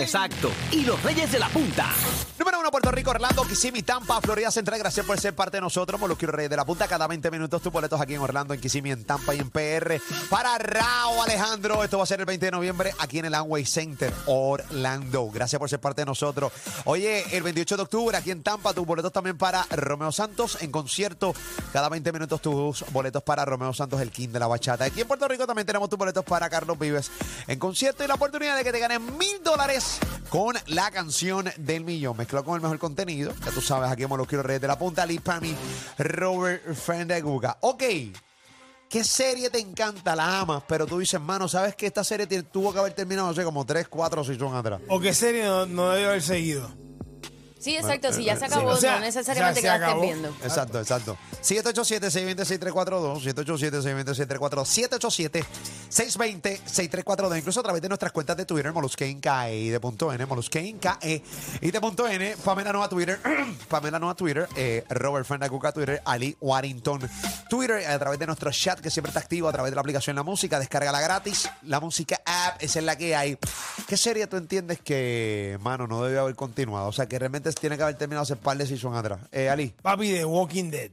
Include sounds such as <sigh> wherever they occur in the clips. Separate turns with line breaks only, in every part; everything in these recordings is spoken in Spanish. Exacto. Y los Reyes de la Punta.
Número uno, Puerto Rico, Orlando, Kissimmee, Tampa, Florida Central. Gracias por ser parte de nosotros, Molusquio Reyes de la Punta. Cada 20 minutos tus boletos aquí en Orlando, en Kissimmee, en Tampa y en PR. Para Rao Alejandro, esto va a ser el 20 de noviembre aquí en el Amway Center, Orlando. Gracias por ser parte de nosotros. Oye, el 28 de octubre aquí en Tampa, tus boletos también para Romeo Santos en concierto. Cada 20 minutos tus boletos para Romeo Santos, el King de la Bachata. Aquí en Puerto Rico también tenemos tus boletos para Carlos Vives en concierto y la oportunidad de que te ganes mil dólares con la canción del millón. Mezclado con el mejor contenido. Ya tú sabes, aquí en Molusquero Reyes de la Punta, Liz Pami, Robert Fendeguga. Ok. ¿Qué serie te encanta? La amas, pero tú dices, mano, ¿sabes que esta serie te- tuvo que haber terminado hace como 3, 4 seasons atrás?
¿O qué serie no, no debió haber seguido?
Sí, exacto. Si ya se acabó,
eh, o sea,
no necesariamente
o sea, se
que la estés
acabó.
viendo.
Exacto, exacto. 787-620-6342, 787-620-6342, 787-620-6342, incluso a través de nuestras cuentas de Twitter, MoluskeInKe y de punto N, MoluskeInKe y de punto N, Pamela Nova Twitter, <clears throat> Pamela Nova Twitter, eh, Robert Fernández Twitter, Ali Warrington Twitter, a través de nuestro chat que siempre está activo, a través de la aplicación La Música, descárgala gratis, La Música App, esa es la que hay. ¿Qué serie tú entiendes que, mano, no debe haber continuado? O sea, que realmente tiene que haber terminado hace par de season atrás. Eh, Ali.
Papi, de Walking Dead.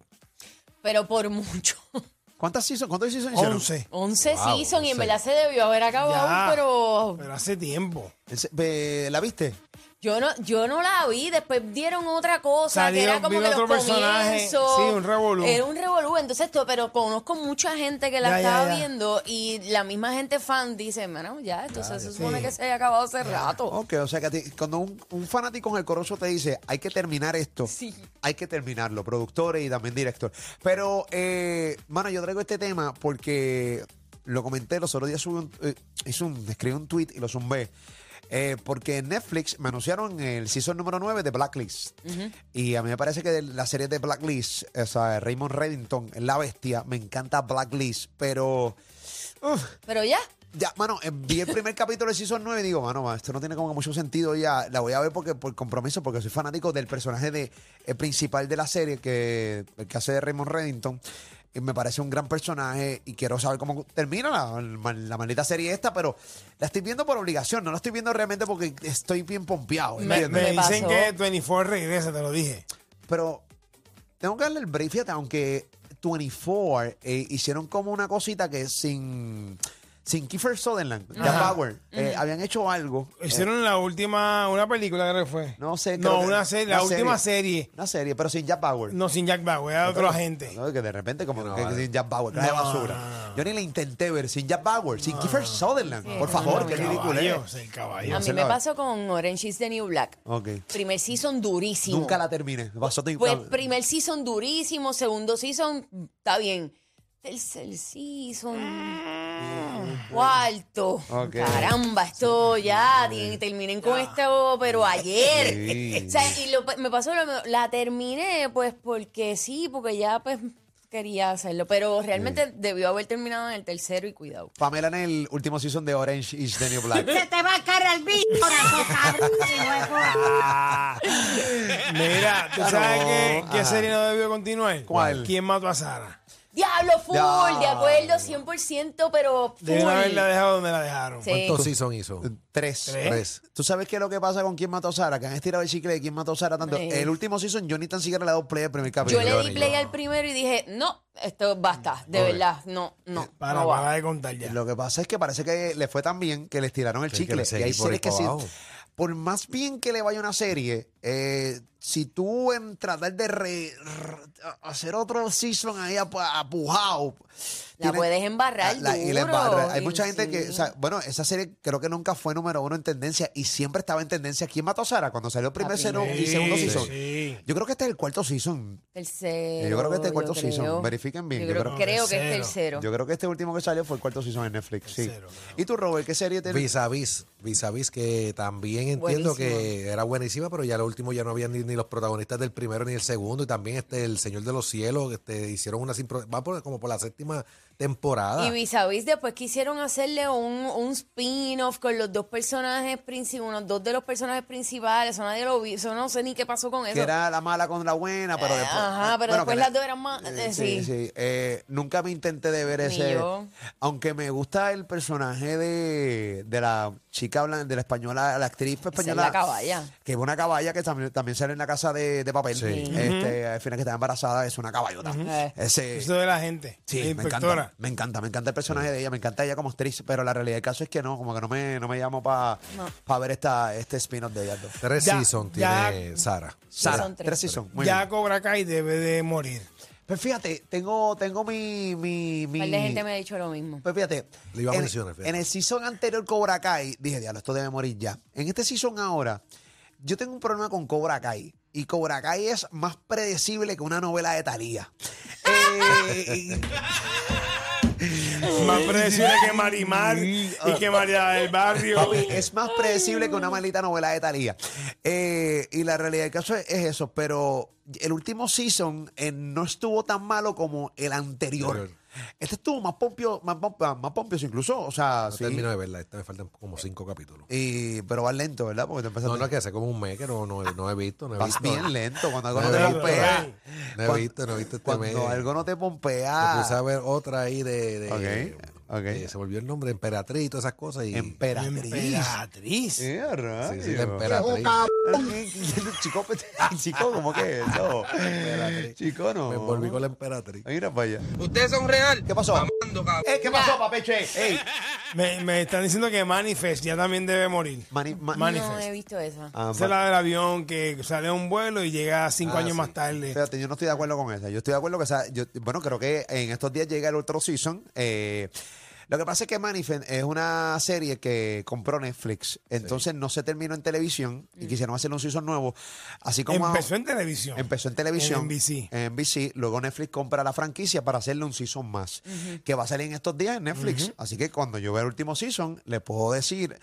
Pero por mucho. <laughs>
¿Cuántas seasons? ¿Cuántas seasons hicieron?
11.
11
Wow,
season y en
once.
verdad se debió haber acabado,
Ya.
Oh, pero
Pero hace tiempo.
Ese- ve, ¿La viste?
yo no, yo no la vi. Después dieron otra cosa
Salieron-
que era como
vino
que los
otro personaje,
comienzos.
sí, un revolú.
Era un revolú. Entonces, esto, pero conozco mucha gente que la
Ya, ya,
estaba
ya.
viendo y la misma gente fan dice, bueno, ya, entonces se supone
sí. Oh.
que se haya acabado hace rato.
Ok, o sea que a ti- cuando un, un fanático en el corozo te dice hay que terminar esto,
Sí.
hay que terminarlo, productores y también director. Pero, eh, mano, yo traigo este tema porque lo comenté los otros días, subí un, eh, hice un, escribí un tweet y lo zumbé. Eh, porque en Netflix me anunciaron el season número 9 de Blacklist. Y a mí me parece que de la serie de Blacklist, o sea, Raymond Reddington, la bestia, me encanta Blacklist, pero... uf,
Pero ya,
Ya, mano, eh, vi el primer capítulo de Season 9 y digo, mano, ma, esto no tiene como que mucho sentido ya. La voy a ver porque por compromiso, porque soy fanático del personaje de, el principal de la serie, que, el que hace de Raymond Reddington. Y me parece un gran personaje y quiero saber cómo termina la, la maldita serie esta, pero la estoy viendo por obligación, no la estoy viendo realmente porque estoy bien pompeado.
Me,
¿entiendes?
me
me
dicen
pasó.
que 24 regresa, te lo dije.
Pero tengo que darle el brief, fíjate, aunque 24 eh, hicieron como una cosita que sin, sin Kiefer Sutherland, ya
Ajá.
Power, eh, habían hecho algo. eh,
Hicieron la última, una película creo que fue.
no sé. creo
No,
que-
una serie, la
una
última serie.
Una serie, pero sin Jack Bauer.
No, sin Jack Bauer, era otro agente.
No, que de repente como que, que sin Jack Bauer, trae basura. Yo ni la intenté ver sin Jack Bauer, sin Kiefer Sutherland. Por favor, qué ridículo es.
Caballos, el caballo.
a
se
mí
la
me
ve.
pasó con Orange is the New Black.
Oh.
Ok.
Primer season durísimo.
Nunca la terminé. Pasó tiempo.
Pues primer season durísimo, segundo season está bien. Tercer season. Cuarto.
Ah, Ok.
Caramba, esto ya. ti- Terminen con esto, pero ayer.
Ah. Sí.
O sea, y lo- me pasó lo mismo. La terminé, pues, porque sí, porque ya, pues, quería hacerlo. Pero realmente debió haber terminado en el tercero y cuidado.
Pamela en el último season de Orange is the New
<laughs>
Black.
Se te va a caer el bicho, corazón, cabrón, hijo de puta.
Mira, ¿tú
Claro.
sabes qué, qué
Ajá.
serie no debió continuar?
¿Cuál?
¿Quién mató a Sara?
Diablo full,
Diablo.
de acuerdo, 100%, pero full.
Deben haberla dejado donde la dejaron.
Sí.
¿Cuántos season hizo?
Eh, Tres.
Tres.
¿Tú sabes qué es lo que pasa con quién mató a Sara? Que han estirado el chicle de quién mató a Sara tanto.
Sí.
El último season yo ni tan siquiera le he dado play al primer
Yo
capítulo.
le di
ni
play
yo.
al primero y dije, no, esto basta, de verdad, no, no.
Eh, Para,
no va.
para de contar ya.
Lo que pasa es que parece que le fue tan bien que le estiraron el
Sí, que
chicle.
le seguí
y hay
por
series
ahí
que
para
si,
abajo.
por más bien que le vaya una serie, eh, si tú en tratar de re- r- hacer otro season ahí apu- apujado.
La
tienes-
puedes embarrar
y Ah, la
duro,
embarra. Hay
y
mucha gente que,
sí.
o sea, bueno, esa serie creo que nunca fue número uno en tendencia y siempre estaba en tendencia. ¿Quién mató a Sara? Cuando salió el primer
primera.
season y segundo season.
Sí.
Yo creo que este es el cuarto season.
Tercero.
Yo creo que este es cuarto
yo creo.
season. Verifiquen bien,
Yo
yo
creo,
creo-
creo que es tercero.
Tercero.
Yo creo que este último que salió fue el cuarto season en Netflix. Sí.
Tercero, creo.
¿Y tú, Robert, qué serie te
Vis a vis, vis a vis, que también entiendo que
Buenísimo.
era buenísima, pero ya lo último ya no había ni, ni los protagonistas del primero ni el segundo, y también este el Señor de los Cielos, este, hicieron una sin pro- va por, como por la séptima temporada.
Y vis a vis después quisieron hacerle un, un spin-off con los dos personajes principales, unos dos de los personajes principales. Eso nadie lo vio, eso no sé ni qué pasó con
Que
eso.
era la mala con la buena, pero
Eh,
después. ah,
ajá, pero
bueno,
después
que
las dos eran más-
eh,
eh,
sí,
sí.
sí. Eh, nunca me intenté de ver
Ni
ese.
yo.
Aunque me gusta el personaje de, de la chica blan- de la española, la actriz española.
la caballa.
Que es una caballa que también, también sale en la casa de, de papel.
Sí.
Este, al final que está embarazada, es una caballota.
Eh.
Ese.
Eso de la gente.
Sí,
la
me encanta,
inspectora.
me encanta, me encanta el personaje de ella, me encanta ella como actriz, pero la realidad del caso es que no, como que no me, no me llamo para ver esta, este spin-off de ellas dos.
Tres
Ya,
seasons
ya.
tiene Sara.
Sara,
son tres.
tres seasons, muy
ya
bien.
Cobra Kai debe de morir.
Pues fíjate, tengo, tengo mi, mi, mi-
Un par de gente me ha dicho lo mismo.
Pues fíjate,
Le iba a
en,
mencionar, fíjate.
en el season anterior Cobra Kai, dije, diablo, esto debe morir ya. En este season ahora, yo tengo un problema con Cobra Kai. Y Cobra Kai es más predecible que una novela de Thalía. Eh,
Más predecible que Marimar y que María del Barrio.
Papi, es más predecible que una maldita novela de Talía. y la realidad del caso es, es eso, pero el último season eh, no estuvo tan malo como el anterior.
Anterior.
Este estuvo más pompio, más, pom- más pompioso incluso, o sea,
No
sí.
termino de verla, esta me faltan como cinco capítulos.
Y, pero va lento, ¿verdad? Porque te empezaste.
No, no, que hace como un mes que no, no, no he visto, no he
Vas
visto.
bien lento cuando algo no
No,
te
no,
pompea.
No he
Cuando-
visto, no he visto este mes.
Cuando algo no te
Me
pompea.
puse a ver otra ahí de. de-
Ok, ok.
de- se volvió el nombre, Emperatriz y todas esas cosas. Y,
Emperatriz.
Emperatriz.
Eh, rayos.
Sí, sí,
<laughs>
la Emperatriz.
chico, <laughs> chico, ¿cómo que es eso? chico, no.
Me envolví con la Emperatriz.
Mira para allá.
Ustedes son real.
¿Qué pasó? Eh, ¿Qué pasó, papeche? Ey.
Me, me están diciendo que Manifest ya también debe morir.
Mani- ma-
Manifest.
No he visto esa.
Ah,
Esa es la del avión que sale a un vuelo y llega cinco
Ah,
años
sí.
más tarde.
Fíjate, yo no estoy de acuerdo con esa. Yo estoy de acuerdo que esa- yo- bueno, creo que en estos días llega el otro season. Eh, lo que pasa es que Manifest es una serie que compró Netflix. Entonces no se terminó en televisión y quisieron hacer un season nuevo. Así como
Mm. Empezó en televisión.
Empezó en televisión.
En NBC.
En NBC. Luego Netflix compra la franquicia para hacerle un season más. Que va a salir en estos días en Netflix. Así que cuando yo vea el último season, le puedo decir.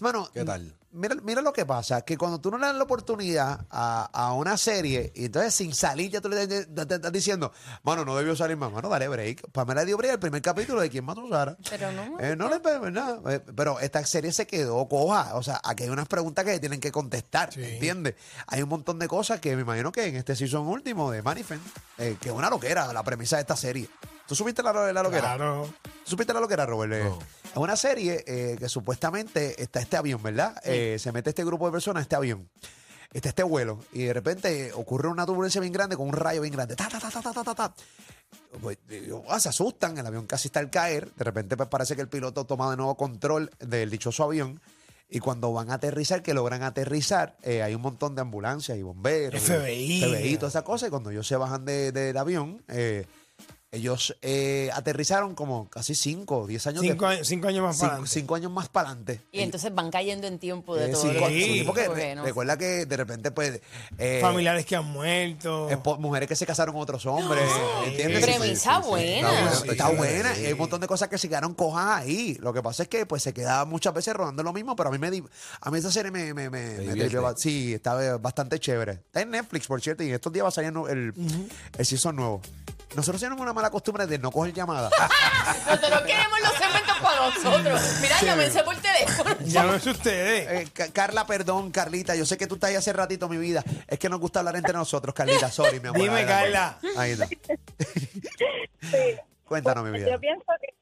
Mano,
¿Qué tal?
Mira, mira lo que pasa, que cuando tú no le das la oportunidad a, a una serie, y entonces sin salir ya tú le te- te- te estás diciendo, mano, no debió salir más, mano, dale break. Pamela dio break el primer capítulo de ¿Quién mató a Sara?
Pero no,
Eh, no le pe- nada. Eh, Pero esta serie se quedó coja. O sea, aquí hay unas preguntas que tienen que contestar, ¿entiendes? Hay un montón de cosas que me imagino que en este season último de Manifest, eh, que es una loquera la premisa de esta serie. ¿Tú supiste la, la loquera?
Claro.
¿Supiste la loquera, Robert? Eh,
No.
Es una serie eh, que supuestamente está este avión, ¿verdad? Eh, se mete este grupo de personas a este avión. Está este vuelo. Y de repente ocurre una turbulencia bien grande con un rayo bien grande. Ta, ta, ta, ta, ta, ta, ta, ta. Pues, digo, ah, se asustan, el avión casi está al caer. De repente pues, parece que el piloto toma de nuevo control del dichoso avión. Y cuando van a aterrizar, que logran aterrizar, eh, hay un montón de ambulancias y bomberos. y
FBI.
FBI y toda esa cosa. Y cuando ellos se bajan de- del avión, eh, ellos eh, aterrizaron como casi 5 o 10 años
Cinco,
de-
años- cinco años más
cinco-
para adelante.
cinco años más para adelante.
Y entonces van cayendo en tiempo de
Eh,
todo.
sí,
lo
co-
que-
sí, porque
porque
re-
no-
recuerda que de repente, pues. eh,
Familiares que han muerto.
espo- mujeres que se casaron con otros hombres. ¿Entiendes?
Sí, Premisa buena.
Está buena,
Sí,
está
sí,
buena,
sí.
y hay un montón de cosas que se quedaron cojas ahí. Lo que pasa es que pues se queda muchas veces rodando lo mismo, pero a mí me di- a mí esa serie me, me, me- me
divierte.
tripeó ba- sí, está bastante chévere. Está en Netflix, por cierto, y en estos días va a salir el, el, el season nuevo. Nosotros tenemos una mala costumbre de no coger llamadas.
Nosotros queremos los segmentos para nosotros. Mira, llámense por
<laughs>
teléfono.
Llámense ustedes.
Eh, Ca- Carla, perdón, Carlita, yo sé que tú estás ahí hace ratito mi vida. Es que nos gusta hablar entre nosotros, Carlita. Sorry, mi amor.
Dime,
Adelante. Ahí está. Cuéntanos, mi vida.
Yo pienso que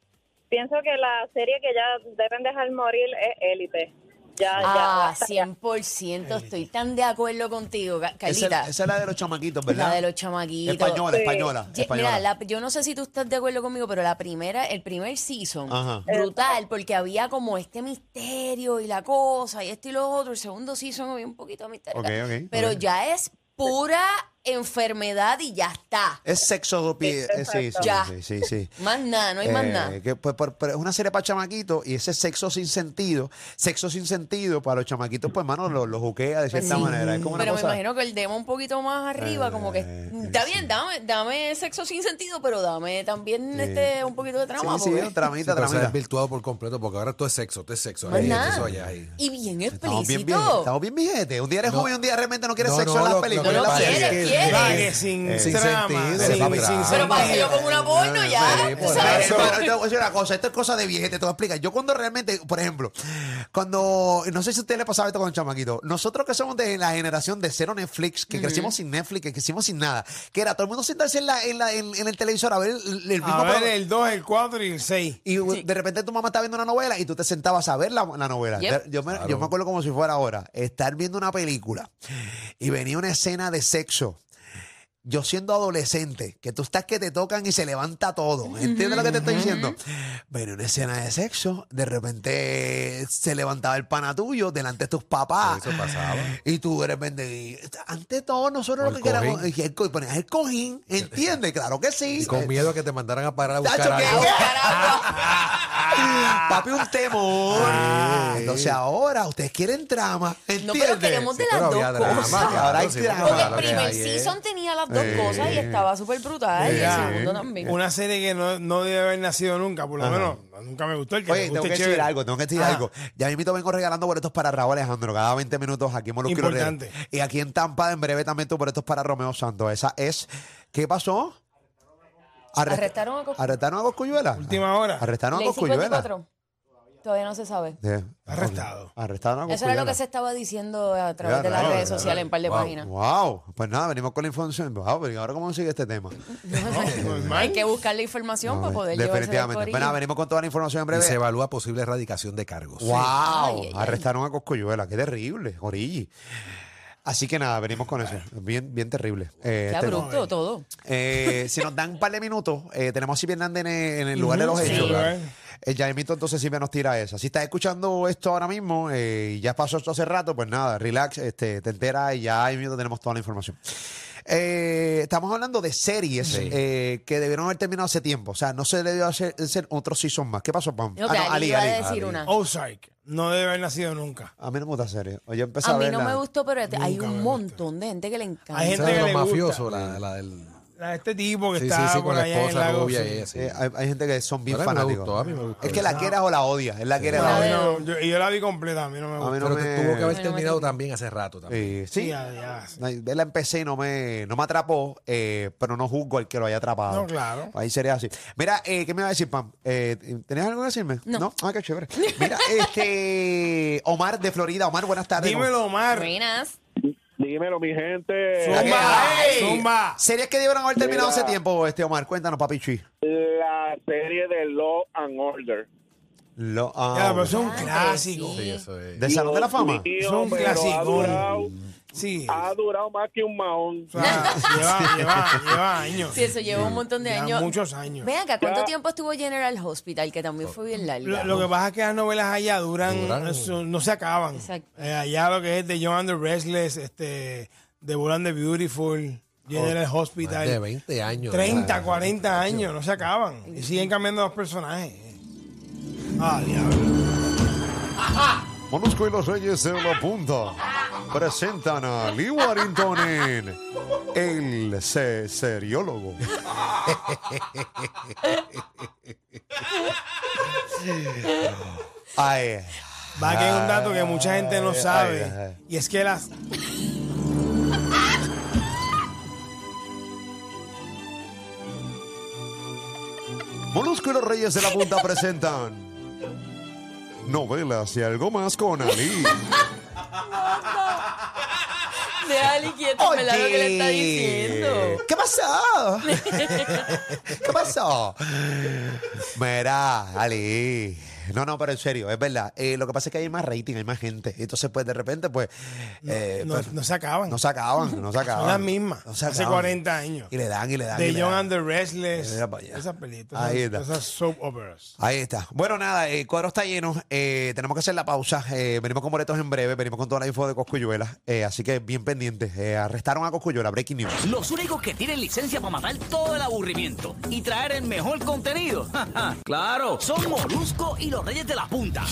pienso que la serie que ya deben dejar morir es Élite. Ya, ya.
Ah,
basta.
100%. Estoy tan de acuerdo contigo, Ca-
Esa,
Carlita.
esa es la de los chamaquitos, ¿verdad?
La de los chamaguitos.
Española,
Sí.
española.
Ye-
española.
Mira, la- yo no sé si tú estás de acuerdo conmigo, pero la primera, el primer season,
Ajá.
brutal, porque había como este misterio y la cosa y esto y lo otro. El segundo season había un poquito de misterio.
Ok, ok,
pero
ok.
ya es pura enfermedad y ya está.
Es sexo eh, sí, sí,
Ya.
sí, sí, sí.
Más nada, no hay más
Eh,
nada.
que, pues, por- pero es una serie para chamaquitos y ese sexo sin sentido, sexo sin sentido para los chamaquitos, pues, mano, los lo juquea de cierta manera. Es como una
Pues Pero
cosa- Eh,
me imagino que el demo un poquito más arriba, como que está bien, dame, dame sexo sin sentido, pero dame también este un poquito de trama.
Sí, sí,
porque-
Sí, pues,
tramita,
pero se ha
tramita.
desvirtuado por completo porque ahora todo es sexo, todo es sexo.
Más
ahí,
nada.
eso allá, ahí.
Y bien
Estamos bien,
explícito.
bien, estamos bien, billetes. Un día eres
No.
joven y un día realmente no quieres
No,
sexo
no,
en las
lo- lo que
películas.
No
en
lo
las
pasa es
series.
quieres,
que-
tiene.
Vague, sin,
Eh, sin
trama.
sentido, papi,
sin,
claro.
Pero para que yo
sentido.
pongo una porno
Ah,
ya.
sí,
¿tú
por
sabes?
Pero, pero te voy a decir una cosa, esto es cosa de viejete, te voy a explicar. Yo cuando realmente, por ejemplo, cuando, no sé si a usted le pasaba esto con el chamaquito, nosotros que somos de la generación de cero Netflix, que crecimos sin Netflix, que crecimos sin nada, que era todo el mundo sentarse en, la, en, la- en- en el televisor a ver el, el mismo
A ver,
programa.
el 2, el 4 y el 6.
Y de repente tu mamá está viendo una novela y tú te sentabas a ver la, la novela.
Yep.
Yo, me, yo me acuerdo como si fuera ahora, estar viendo una película y venía una escena de sexo. Yo siendo adolescente, que tú estás que te tocan y se levanta todo. ¿Entiendes lo que te estoy diciendo? Venía una escena de sexo, de repente se levantaba el pana tuyo delante de tus papás.
Eso pasaba.
Y tú de repente, y, ante todo, nosotros
O
lo que
el
queremos
cojín.
y el, co- y ponías el cojín, ¿entiendes? Claro que sí.
Y con miedo a que te mandaran a parar a buscar
Tacho, ¿qué?
algo.
<laughs> Papi, un temor.
Ah.
Entonces ahora ustedes quieren trama.
No,
¿entiendes?
pero queremos de
Sí,
las
pero había
dos
drama,
cosas.
claro,
Ahora hay
sí,
drama.
Porque el
claro que
primer
hay, eh.
season tenía las dos cosas y estaba súper brutal. Y el
Mira,
segundo
eh,
también.
Una serie que no, no debe haber nacido nunca, por lo menos nunca me gustó. El que
Oye,
me
tengo
guste
que
es
decir
chévere.
algo, tengo que decir
Ah.
algo. Ya mismito vengo regalando boletos para Raúl Alejandro cada 20 minutos aquí en Molusquero Herrera.
Importante.
Y aquí en Tampa, en breve también tus boletos para Romeo Santos. Esa es. ¿Qué pasó? Arrest-
Arrestaron a Coscu-
Arrestaron a Coscuyuela.
Última hora.
Arrestaron a
Ley
Coscuyuela.
54. Todavía no se sabe.
Sí.
Arrestado.
Arrestaron a
Eso era lo
Coscuyuela.
que se estaba diciendo a través de las
raro,
redes
raro.
sociales en un par de
Wow,
páginas.
Wow, pues nada, venimos con la información. Wow, pero ¿y ahora cómo sigue este tema?
<laughs> <laughs>
pues,
Hay que buscar la información para poder llevarse al
eh, Definitivamente.
corillo.
Bueno, venimos con toda la información en breve.
Y se evalúa posible erradicación de cargos.
¡Wow!
Ay, ay, ay.
Arrestaron a Coscoyuela. ¡Qué terrible, Origi! Así que nada, venimos con eso. Bien, bien terrible. Eh,
Qué
este-
abrupto todo.
Eh, si nos dan un par de minutos, eh, tenemos a Silvia Hernández en el, en el lugar de los
sí.
hechos.
Claro.
Eh, Yaimito, entonces Silvia nos tira esa. Si estás escuchando esto ahora mismo eh, y ya pasó esto hace rato, pues nada, relax, este, te enteras y ya ahí mismo tenemos toda la información. Eh, estamos hablando de series eh, que debieron haber terminado hace tiempo. O sea, no se debió hacer, hacer otro season más. ¿Qué pasó, Pam?
No,
Ah,
que
no,
Ali iba a decir una.
Ozark. No debe haber nacido nunca.
A mí no me gusta series. Oye, yo empecé
A
a
mí
verla.
no me gustó, pero este- hay
Nunca
un
me
montón de gente que le
Hay
encanta.
gente
Esa de
que
los
le
mafiosos, la, la del...
La de este tipo que
Sí, sí,
está
sí,
por
con la
allá en el
esposa
lago.
rubia
sí.
y esa.
Eh, hay, hay gente que son bien
Pero a mí me
fanáticos.
gustó, a mí me gustó.
Es que la quieras o la odias. Es la quieres o la
No,
A mí
odias.
no, yo, y yo la vi completa, a mí no me
A mí
gusta.
no
Pero
me-
que tuvo que haber
No me
terminado
terminó.
también hace rato también.
Eh, sí,
Ya, ya.
No, y la empecé y no me, no me atrapó, eh, pero no juzgo al que lo haya atrapado.
No, claro.
Ahí sería así. Mira, eh, ¿qué me iba a decir, Pam? Eh, ¿Tenías algo que decirme?
No.
Ah, qué chévere. Mira, este. Omar de Florida. Omar, buenas tardes.
Dímelo, Omar.
Buenas.
Dímelo, mi gente.
Zumba,
Ay.
zumba.
Series que debieron haber terminado
Mira.
hace tiempo, este Omar. Cuéntanos, papi Chi.
La serie de Law and Order.
Lo- ah,
Ya, pero eso es un
Ah, que
clásico.
sí.
es.
¿Del Salón de la Fama?
Dios
Es un
mío, pero
clásico.
Ha durado,
Sí.
ha durado más que un mahón.
O sea, lleva, lleva, lleva años.
Sí, eso lleva un montón de
Ya
años.
Muchos años.
Vean acá, ¿cuánto
Ya.
tiempo estuvo General Hospital? Que también fue bien largo.
Lo, lo que pasa es que las novelas allá duran,
Duran.
eso, no se acaban.
Exacto.
Eh, allá lo que es de John and the Restless, este, de Bull and the Beautiful, General
Oh,
Hospital.
Más de 20 años.
30,
¿verdad?
40 años, no se acaban. Y siguen cambiando los personajes. Ah, diablo.
Molusco y los Reyes de la Punta presentan a Lee Warrington en El Se- Seriólogo. Ay,
Va que hay un dato que mucha gente no
Ay,
sabe.
ay, ay.
Y es que las.
Molusco y los Reyes de la Punta presentan novelas y algo más con Ali.
Déjale quieto, me la lo que le está diciendo.
¿Qué pasó? <laughs> ¿Qué pasó? Mira, Ali. No, no, pero en serio, es verdad. Eh, lo que pasa es que hay más rating, hay más gente. Entonces, pues de repente, pues. eh,
No,
pues,
no se acaban.
no se acaban, no se acaban.
las mismas,
No se
hace
acaban.
40 años.
Y le dan, y le dan. y
de
le
John
dan.
and the Restless.
Mira para allá.
Esas películas.
Ahí
esas-
está.
Esas soap operas.
Ahí está. Bueno, nada, el cuadro está lleno. eh, tenemos que hacer la pausa. eh, venimos con boletos en breve. Venimos con toda la info de Coscuyuela. eh, así que bien pendientes. eh, arrestaron a Coscuyuela. Breaking news.
Los únicos que tienen licencia para matar todo el aburrimiento <laughs> y traer el mejor contenido. claro, son Molusco y los Reyes de la Punta.